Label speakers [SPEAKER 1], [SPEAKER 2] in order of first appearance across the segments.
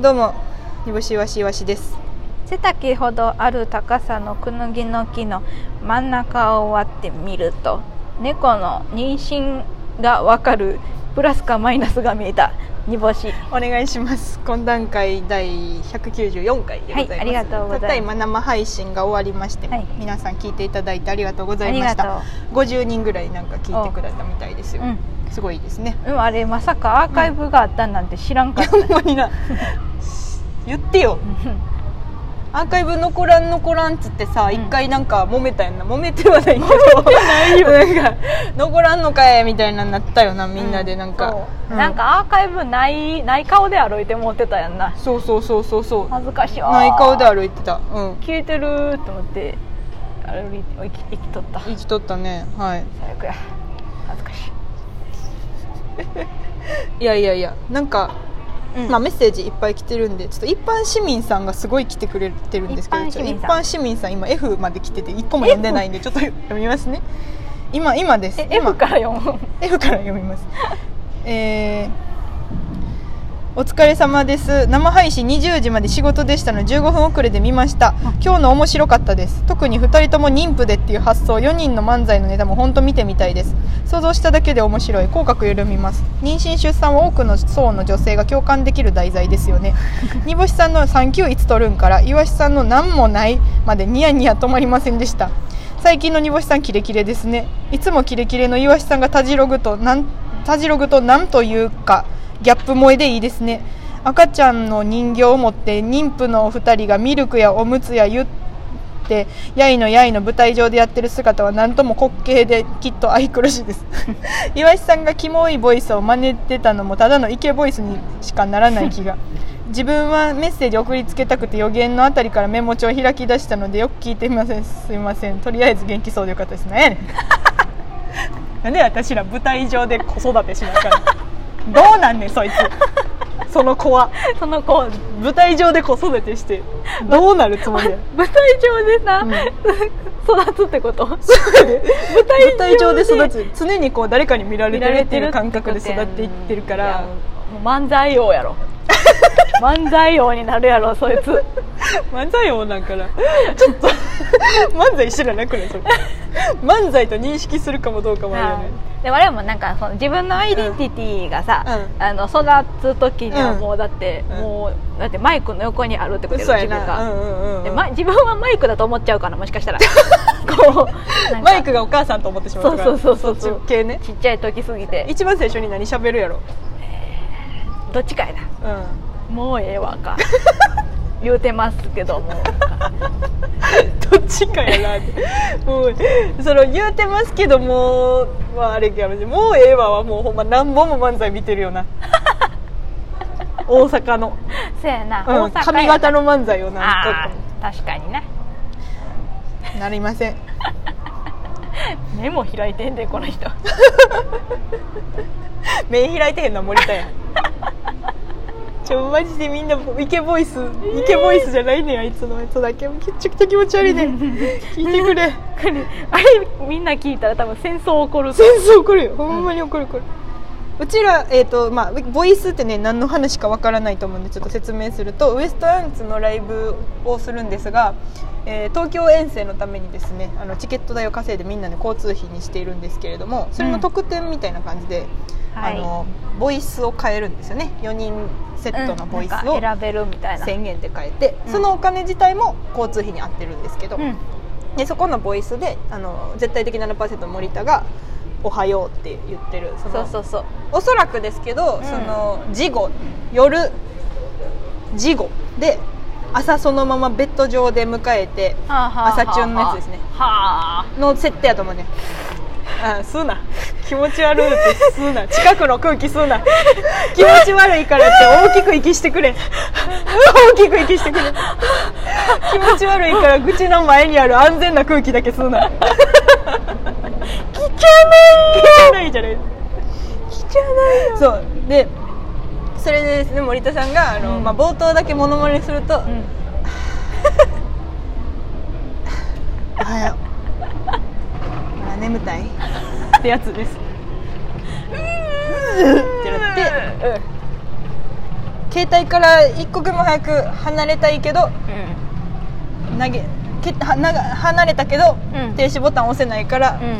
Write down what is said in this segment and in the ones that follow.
[SPEAKER 1] どうも煮干しわしわしです
[SPEAKER 2] 背丈ほどある高さのクヌギの木の真ん中を割ってみると猫の妊娠がわかるプラスかマイナスが見えた煮干し
[SPEAKER 1] お願いします懇談会第194回でございます、
[SPEAKER 2] はいありがとうございます
[SPEAKER 1] たった今生配信が終わりまして、
[SPEAKER 2] はい
[SPEAKER 1] 皆さん聞いていただいてありがとうござ
[SPEAKER 2] あ
[SPEAKER 1] い
[SPEAKER 2] り
[SPEAKER 1] まし
[SPEAKER 2] が
[SPEAKER 1] た
[SPEAKER 2] と
[SPEAKER 1] 50人ぐらいなんか聞いてくれたみたいですよ
[SPEAKER 2] う、うん
[SPEAKER 1] すごいですね
[SPEAKER 2] うん、あれまさかアーカイブがあったなんて知らんかった、
[SPEAKER 1] ほんまにな言ってよアーカイブ残らん残らんっつってさ
[SPEAKER 2] ん
[SPEAKER 1] 一、回なんか揉めたやんな揉めてはないけどなんか残らんのかいみたいなになったよなみんなでなん
[SPEAKER 2] う
[SPEAKER 1] か
[SPEAKER 2] そ、う
[SPEAKER 1] う
[SPEAKER 2] なんかアーカイブないない顔で歩いて持ってたやんな
[SPEAKER 1] そうそうそうそうそう
[SPEAKER 2] 恥ずかしいわ
[SPEAKER 1] ない顔で歩いてたうん
[SPEAKER 2] 消えてると思って歩いて生き生きとった
[SPEAKER 1] 生きとったねはい
[SPEAKER 2] 最悪や恥ずかしい、
[SPEAKER 1] いやいやいやなんか、
[SPEAKER 2] うん
[SPEAKER 1] まあ、メッセージいっぱい来てるんでちょっと一般市民さんがすごい来てくれてるんですけど
[SPEAKER 2] 一般市
[SPEAKER 1] ちょ
[SPEAKER 2] 民さん
[SPEAKER 1] っと一般市民さん今 F まで来てて1個も読んでないんでちょっと読みますね今今です
[SPEAKER 2] え
[SPEAKER 1] 今
[SPEAKER 2] F から読む
[SPEAKER 1] F から読みます。えーお疲れ様です生配信20時まで仕事でしたので15分遅れで見ました今日の面白かったです特に2人とも妊婦でっていう発想4人の漫才のネタも本当見てみたいです想像しただけで面白い口角緩みます妊娠出産は多くの層の女性が共感できる題材ですよね煮干しさんの「産休いつ取るん?」から岩しさんの「何もない」までニヤニヤ止まりませんでした最近の煮干しさんキレキレですねいつもキレキレの岩しさんがたじろぐとなんたじろぐとなんというかギャップ萌えでいいですね赤ちゃんの人形を持って妊婦のお二人がミルクやおむつや言ってやいのやいの舞台上でやってる姿は何とも滑稽できっと愛くるしいです 岩井さんがキモいボイスを真似てたのもただのイケボイスにしかならない気が自分はメッセージ送りつけたくて予言のあたりからメモ帳を開き出したのでよく聞いてみませんすいませんとりあえず元気そうでよかったですね なんで私ら舞台上で子育てしなきゃどうなんねんそいつその子は
[SPEAKER 2] その子
[SPEAKER 1] 舞台上で子育てしてどうなるつもりや
[SPEAKER 2] 舞台上でさ、
[SPEAKER 1] うん
[SPEAKER 2] 育つってこと
[SPEAKER 1] 舞台上で育つ常にこう誰かに見られてるっていう感覚で育っていってるか
[SPEAKER 2] いや
[SPEAKER 1] ら
[SPEAKER 2] もう漫才王 やろ漫才王になるやろそいつ
[SPEAKER 1] 漫才王なんからちょっと漫才知らなくないそれ漫才と認識するかもどうかもあるよね
[SPEAKER 2] で我々もなんかその自分のアイデンティティがさ、
[SPEAKER 1] う
[SPEAKER 2] あの育つ時にはもうだって、
[SPEAKER 1] うん
[SPEAKER 2] もうだってマイクの横にあるってことや
[SPEAKER 1] 嘘
[SPEAKER 2] ろ
[SPEAKER 1] や
[SPEAKER 2] 自分
[SPEAKER 1] なう
[SPEAKER 2] が、
[SPEAKER 1] んうんうん
[SPEAKER 2] でま、自分はマイクだと思っちゃうからもし かしたらこうなんか
[SPEAKER 1] マイクがお母さんと思ってしまうとか
[SPEAKER 2] そうそうそうそう
[SPEAKER 1] そっち系ね
[SPEAKER 2] ちっちゃい時すぎて
[SPEAKER 1] 一番最初に何喋るやろ
[SPEAKER 2] どっちかやな
[SPEAKER 1] うん
[SPEAKER 2] もうええわ か言うてますけども
[SPEAKER 1] どっちかやなってもうその言うてますけどもうまああれやろしもうええわはもうほんま何本も漫才見てるよな大阪の、
[SPEAKER 2] そうやな、
[SPEAKER 1] うん、
[SPEAKER 2] 大阪やな
[SPEAKER 1] 髪型の漫才を
[SPEAKER 2] あ
[SPEAKER 1] な
[SPEAKER 2] あ確かにな
[SPEAKER 1] なりません
[SPEAKER 2] 目も開いてんでこの人
[SPEAKER 1] 目開いてへんのは森田やんちょマジでみんなイケボイスイケボイスじゃないねんあいつのやつだけめちゃくちゃ気持ち悪いねん聞いてくれ
[SPEAKER 2] あれみんな聞いたら多分戦争起こると
[SPEAKER 1] 戦争怒るよほんまに怒る怒る、うちら、えーとまあ、ボイスってね何の話かわからないと思うんでちょっと説明するとウエストアンツのライブをするんですが、えー東京遠征のためにですねあのチケット代を稼いでみんなで交通費にしているんですけれどもそれの特典みたいな感じで、あ
[SPEAKER 2] はい
[SPEAKER 1] のボイスを変えるんですよね4人セットのボイス
[SPEAKER 2] う
[SPEAKER 1] を
[SPEAKER 2] んなんか選べるみたいな
[SPEAKER 1] 1000円で変えて、
[SPEAKER 2] うん
[SPEAKER 1] そのお金自体も交通費に合ってるんですけど、
[SPEAKER 2] うん
[SPEAKER 1] でそこのボイスであの絶対的7%の森田が「おはよう」って言ってるその
[SPEAKER 2] そうそうそう
[SPEAKER 1] おそらくですけど、
[SPEAKER 2] ん
[SPEAKER 1] その事後夜事後で朝そのままベッド上で迎えて
[SPEAKER 2] はあはあはあ
[SPEAKER 1] 朝チュンのやつですね
[SPEAKER 2] はあ
[SPEAKER 1] の設定やと思うねあ吸うな気持ち悪いって吸う な近くの空気吸うな気持ち悪いからって大きく息してくれ大きく息してくれ気持ち悪いから口の前にある安全な空気だけ吸うな汚い汚いじゃない汚いよそうでそれでですね森田さんがあの、
[SPEAKER 2] うん
[SPEAKER 1] まあ、冒頭だけモノマネすると「
[SPEAKER 2] うん
[SPEAKER 1] おはようまあ眠たいってやつですってなって
[SPEAKER 2] うん
[SPEAKER 1] 携帯から一刻も早く離れたいけど
[SPEAKER 2] う
[SPEAKER 1] 投げけはな離れたけど、
[SPEAKER 2] うん
[SPEAKER 1] 停止ボタン押せないから、
[SPEAKER 2] んうんうん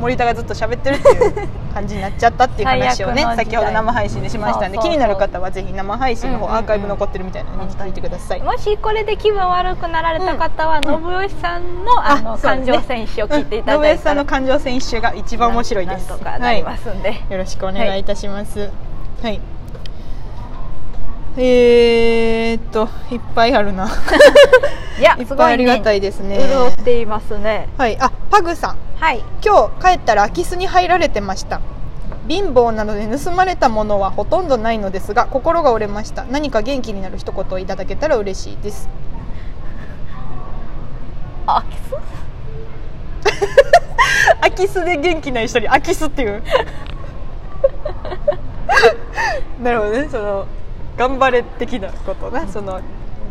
[SPEAKER 1] 森田がずっと喋ってるっていう感じになっちゃったっていう話をね
[SPEAKER 2] 最悪の事態
[SPEAKER 1] 先ほど生配信でしましたんで
[SPEAKER 2] そうそうそう
[SPEAKER 1] 気になる方はぜひ生配信の方、
[SPEAKER 2] うんうんうん
[SPEAKER 1] アーカイブ残ってるみたいなのに聞いてください、
[SPEAKER 2] もしこれで気分悪くなられた方は、
[SPEAKER 1] うん
[SPEAKER 2] 信義さんのあの
[SPEAKER 1] あそう
[SPEAKER 2] 感
[SPEAKER 1] ですね
[SPEAKER 2] 情選手を聞いていただ
[SPEAKER 1] うん
[SPEAKER 2] い
[SPEAKER 1] 信吉さ
[SPEAKER 2] た
[SPEAKER 1] ん
[SPEAKER 2] ら、
[SPEAKER 1] の感情選手が一番面白いです
[SPEAKER 2] なんとかなりますんで、
[SPEAKER 1] はい、よろしくお願いいたしますはい、えー、っといっぱいある な
[SPEAKER 2] い、や
[SPEAKER 1] いっ
[SPEAKER 2] す
[SPEAKER 1] ぱ
[SPEAKER 2] ご
[SPEAKER 1] いあ
[SPEAKER 2] い
[SPEAKER 1] り
[SPEAKER 2] ね
[SPEAKER 1] がたいですね
[SPEAKER 2] 潤っていますね
[SPEAKER 1] はいあパグさん
[SPEAKER 2] はい
[SPEAKER 1] 今日帰ったら空き巣に入られてました貧乏なので盗まれたものはほとんどないのですが心が折れました何か元気になる一言をいただけたら嬉しいです
[SPEAKER 2] あキス
[SPEAKER 1] 空き巣で元気ない人に空き巣っていう なるほどねその頑張れ的なことねその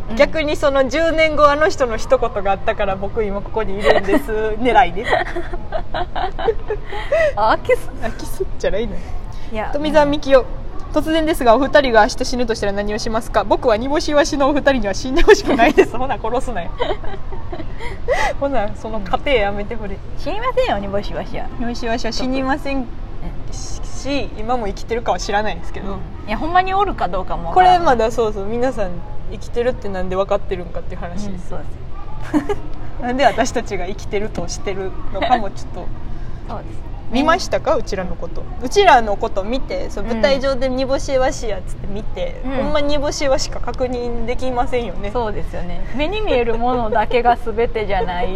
[SPEAKER 2] うん
[SPEAKER 1] 逆にその10年後あの人の一言があったから僕今ここにいるん です狙いね
[SPEAKER 2] あキス
[SPEAKER 1] 空き巣じゃないのよ
[SPEAKER 2] いや
[SPEAKER 1] 富澤美樹よ突然ですがお二人が明日死ぬとしたら何をしますか僕は煮干しわしのお二人には死んでほしくないですほな殺す なよほなその家庭やめてほれ
[SPEAKER 2] 知りませんよ煮干しわしは、
[SPEAKER 1] 煮干しわしは死にませんし今も生きてるかは知らないですけど、
[SPEAKER 2] いやほんまにおるかどうかもわ
[SPEAKER 1] こ
[SPEAKER 2] から
[SPEAKER 1] れ
[SPEAKER 2] ん
[SPEAKER 1] まだそうそう皆さん生きてるってなんで分かってるんかっていう話
[SPEAKER 2] うん
[SPEAKER 1] です、
[SPEAKER 2] そうです
[SPEAKER 1] なんで私たちが生きてるとしてるのかもちょっと
[SPEAKER 2] そうです
[SPEAKER 1] 見ましたかうちらのことうちらのこと見てその舞台上で煮干しわしやっつって見て、
[SPEAKER 2] うん
[SPEAKER 1] ほんま煮干しわしか確認できませんよね
[SPEAKER 2] そうですよね目に見えるものだけが全てじゃない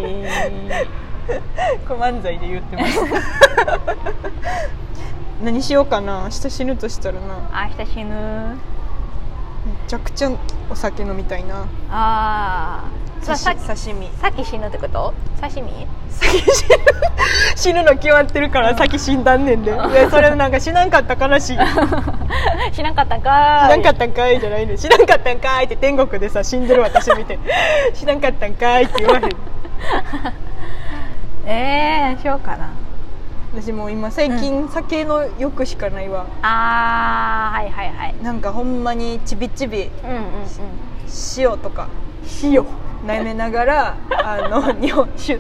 [SPEAKER 1] これ漫才で言ってます 何しようかな明日死ぬとしたらな
[SPEAKER 2] あ明日死ぬ
[SPEAKER 1] めちゃくちゃお酒飲みたいな
[SPEAKER 2] ああささっきさ
[SPEAKER 1] 刺身
[SPEAKER 2] っき死ぬってこと刺身
[SPEAKER 1] 先死ぬ死ぬの決まってるから先死んだんねんで、いやそれなんか死なんかった悲しい死
[SPEAKER 2] 知らんかったんか
[SPEAKER 1] なんか
[SPEAKER 2] っ
[SPEAKER 1] ったんかいじゃないね死なんかったんかいって天国でさ死んでる私見 て死なんかったんかいって言わへん
[SPEAKER 2] たええー、しようかな
[SPEAKER 1] 私もう今最近酒の欲しかないわ、
[SPEAKER 2] あーはいはいはい
[SPEAKER 1] なんかほんまにちびちび
[SPEAKER 2] うんうんうん
[SPEAKER 1] 塩とか塩舐めなが らあの日本酒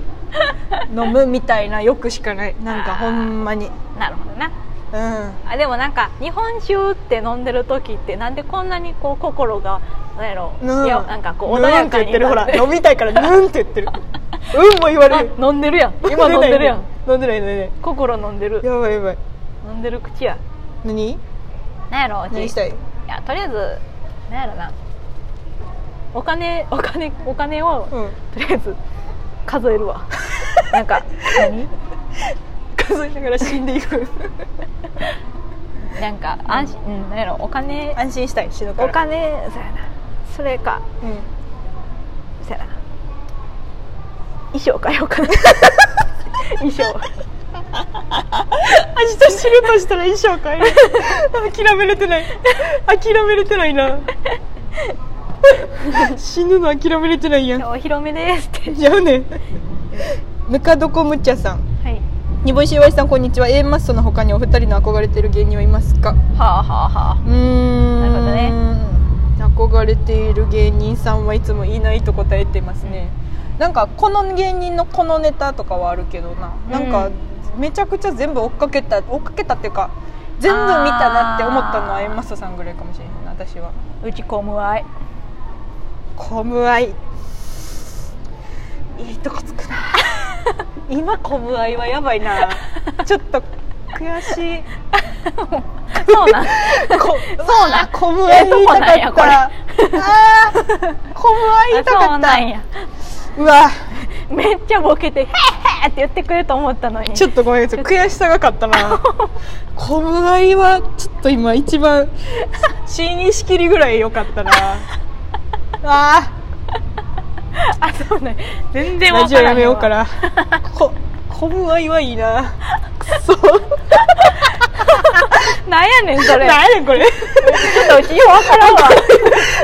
[SPEAKER 1] 飲むみたいなよくしかないなんかほんまに
[SPEAKER 2] なるほどな
[SPEAKER 1] うん
[SPEAKER 2] あでもなんか日本酒って飲んでる時ってなんでこんなにこう心がなんやろいやなんかこう穏やか
[SPEAKER 1] ぬんって
[SPEAKER 2] に
[SPEAKER 1] 言ってるほ
[SPEAKER 2] な
[SPEAKER 1] ら 飲みたいからぬんって言ってるうんも言われる
[SPEAKER 2] あ飲んでるやん今飲んでるやん
[SPEAKER 1] 飲んでない飲んでない
[SPEAKER 2] 心飲んでる
[SPEAKER 1] やばいやばい
[SPEAKER 2] 飲んでる口や
[SPEAKER 1] 何
[SPEAKER 2] なんやろうち
[SPEAKER 1] 何したい
[SPEAKER 2] やとりあえずなんやろなお金お金お金を、
[SPEAKER 1] うん
[SPEAKER 2] とりあえず数え るわなんか何
[SPEAKER 1] 数えながら死んでいく
[SPEAKER 2] なんか安心、うん、なんやろお金
[SPEAKER 1] 安心したい死ぬから
[SPEAKER 2] お金そうやなそれか
[SPEAKER 1] うん
[SPEAKER 2] そうやな衣装変えよう かな衣装
[SPEAKER 1] 明日死ぬとしたら衣装変える 諦めれてない諦めれてない な死ぬの諦めれて ないやん
[SPEAKER 2] お披露目ですって
[SPEAKER 1] ちゃうねんぬか床むちゃさん
[SPEAKER 2] はい
[SPEAKER 1] 煮干し岩井さんこんにちは A マッソの他にお二人の憧れてる芸人はいますか
[SPEAKER 2] はあはあはあ
[SPEAKER 1] うーん
[SPEAKER 2] なるほどね
[SPEAKER 1] 憧れている芸人さんはいつもいないと答えてますね、なんかこの芸人のこのネタとかはあるけどな、なんかめちゃくちゃ全部追っかけた追っかけたっていうか全部見たなって思ったのは
[SPEAKER 2] あー
[SPEAKER 1] A マッソさんぐらいかもしれないな私は
[SPEAKER 2] うち公務愛
[SPEAKER 1] コムアイいいとこつくな 今コムアイはやばいなちょっと悔しい
[SPEAKER 2] そ うなん
[SPEAKER 1] こそうなコムア
[SPEAKER 2] え
[SPEAKER 1] イ言いたか
[SPEAKER 2] そうなんや
[SPEAKER 1] っ
[SPEAKER 2] これ
[SPEAKER 1] たあーコムアイ言いた
[SPEAKER 2] あそ
[SPEAKER 1] か
[SPEAKER 2] う
[SPEAKER 1] っ
[SPEAKER 2] な
[SPEAKER 1] た
[SPEAKER 2] んや
[SPEAKER 1] うわ
[SPEAKER 2] めっちゃボケて「へっへーって言ってくれると思ったのに
[SPEAKER 1] ちょっとごめんなさい悔しさがかった なコムアイはちょっと今一番新意識りぐらい良かったなあー
[SPEAKER 2] あそうなんや全然わ
[SPEAKER 1] ラ
[SPEAKER 2] か
[SPEAKER 1] ジオ
[SPEAKER 2] らん
[SPEAKER 1] やめようか
[SPEAKER 2] わ
[SPEAKER 1] なこコムアイはいいなくそ
[SPEAKER 2] なんやねんそれ
[SPEAKER 1] 何やねんこ れ
[SPEAKER 2] ちょっとうちようわから んわ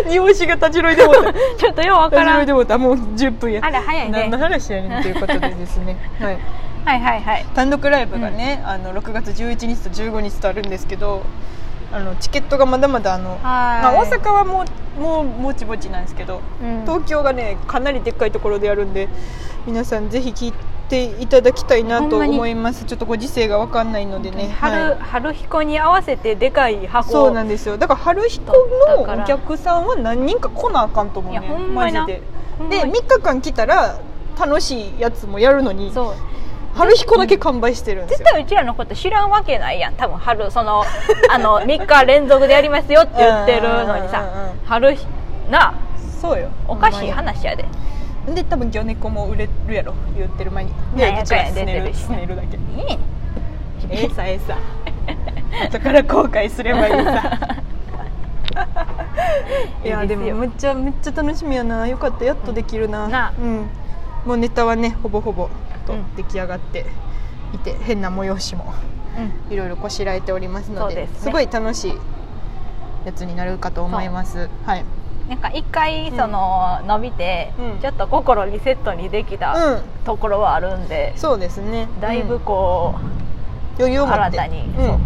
[SPEAKER 1] 煮干しが立ち寄いでもた立
[SPEAKER 2] ちょっとようわ
[SPEAKER 1] ち
[SPEAKER 2] から
[SPEAKER 1] 寄い
[SPEAKER 2] ん
[SPEAKER 1] でもたもう10分や
[SPEAKER 2] あら早いね
[SPEAKER 1] 何の話やねんということでです ね、はい、
[SPEAKER 2] はいはいはい
[SPEAKER 1] 単独ライブがね、あの6月11日と15日とあるんですけどあのチケットがまだまだあの、まあ、大阪はもうもうぼちぼちなんですけど、東京がねかなりでっかいところでやるんで皆さんぜひ聞いていただきたいなと
[SPEAKER 2] ほんまに
[SPEAKER 1] 思いますちょっとご時世がわかんないのでね
[SPEAKER 2] 春、
[SPEAKER 1] はい
[SPEAKER 2] 春彦に合わせてでかい箱
[SPEAKER 1] そうなんですよだから春彦
[SPEAKER 2] だか
[SPEAKER 1] の
[SPEAKER 2] ら
[SPEAKER 1] お客さんは何人か来なあかんと思うね
[SPEAKER 2] いやほんまな
[SPEAKER 1] マジで
[SPEAKER 2] ほんま
[SPEAKER 1] で3
[SPEAKER 2] に
[SPEAKER 1] 日間来たら楽しいやつもやるのに
[SPEAKER 2] そう
[SPEAKER 1] 春彦だけ完売してるんです
[SPEAKER 2] 絶
[SPEAKER 1] よ
[SPEAKER 2] 対うちらのこと知らんわけないやん多分春そのあの3日連続でやりますよって言ってるのに
[SPEAKER 1] うんうんうん
[SPEAKER 2] さ
[SPEAKER 1] うん
[SPEAKER 2] 春ひな
[SPEAKER 1] そうよ
[SPEAKER 2] おかしい
[SPEAKER 1] ほんま
[SPEAKER 2] 話やで
[SPEAKER 1] にで多分魚猫も売れるやろ言ってる前に
[SPEAKER 2] な
[SPEAKER 1] で
[SPEAKER 2] んや
[SPEAKER 1] うち
[SPEAKER 2] かん
[SPEAKER 1] ら
[SPEAKER 2] や
[SPEAKER 1] すね
[SPEAKER 2] 出て
[SPEAKER 1] る
[SPEAKER 2] るし
[SPEAKER 1] すねるだけ
[SPEAKER 2] いいね
[SPEAKER 1] ええさええさだから後悔すればいいさ いや
[SPEAKER 2] いい
[SPEAKER 1] で
[SPEAKER 2] ですよ
[SPEAKER 1] もめっちゃめっちゃ楽しみやなよかったやっとできるな,、
[SPEAKER 2] うんなあ
[SPEAKER 1] うん、もうネタはねほぼほぼと
[SPEAKER 2] うん
[SPEAKER 1] 出来上がっていて、変な催しも
[SPEAKER 2] うん
[SPEAKER 1] いろいろこしらえておりますので
[SPEAKER 2] そうですね
[SPEAKER 1] ごい楽しいやつになるかと思いますはい
[SPEAKER 2] なんか一回その伸びて
[SPEAKER 1] うん
[SPEAKER 2] ちょっと心リセットにできた
[SPEAKER 1] うん
[SPEAKER 2] ところはあるんで
[SPEAKER 1] そうですね
[SPEAKER 2] だいぶ
[SPEAKER 1] うん
[SPEAKER 2] こ
[SPEAKER 1] 余裕を持って
[SPEAKER 2] 新たに
[SPEAKER 1] うん、うん、
[SPEAKER 2] う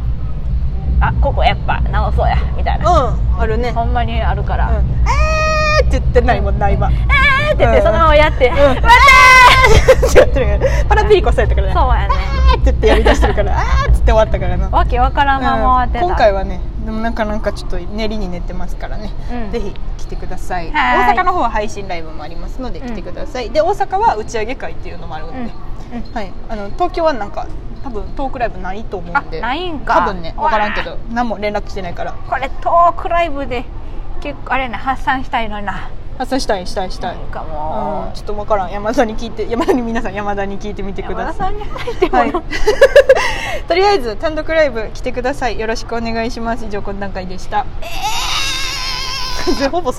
[SPEAKER 2] あここやっぱ直そうやみたいな
[SPEAKER 1] あるね、うん
[SPEAKER 2] ほんまにあるから
[SPEAKER 1] えーって言ってないもんな今
[SPEAKER 2] えーって言って
[SPEAKER 1] うん
[SPEAKER 2] そのままやって
[SPEAKER 1] うんってやってるからパラピーコされたからね
[SPEAKER 2] そうやね
[SPEAKER 1] あーって言ってやりだしてる からあーっつって終わったからな
[SPEAKER 2] わけわからんまま終わってた
[SPEAKER 1] 今回はねでもなかなかちょっと練りに練ってますからね、
[SPEAKER 2] うん
[SPEAKER 1] ぜひ来てください
[SPEAKER 2] は
[SPEAKER 1] 大
[SPEAKER 2] ーい
[SPEAKER 1] 阪の方は配信ライブもありますので
[SPEAKER 2] うん
[SPEAKER 1] 来てください、で大阪は打ち上げ会っていうのもあるの
[SPEAKER 2] う
[SPEAKER 1] で、
[SPEAKER 2] んうん
[SPEAKER 1] はい、あの東京はなんか多分トークライブないと思うんで
[SPEAKER 2] あないんか
[SPEAKER 1] 多分ね分からんけど何も連絡してないから
[SPEAKER 2] これトークライブで結構あれやな発散したいのにな
[SPEAKER 1] 発散したいしたいした、
[SPEAKER 2] ないんか
[SPEAKER 1] う
[SPEAKER 2] も
[SPEAKER 1] ん、ちょっと分からん山田に聞いて山田に皆さん山田に聞いてみて
[SPEAKER 2] う
[SPEAKER 1] く
[SPEAKER 2] 山
[SPEAKER 1] だ
[SPEAKER 2] 田
[SPEAKER 1] さい
[SPEAKER 2] さんに入っても
[SPEAKER 1] はい、とりあえず単独ライブ 来てくださいよろしくお願いします以上懇談会でしたほぼ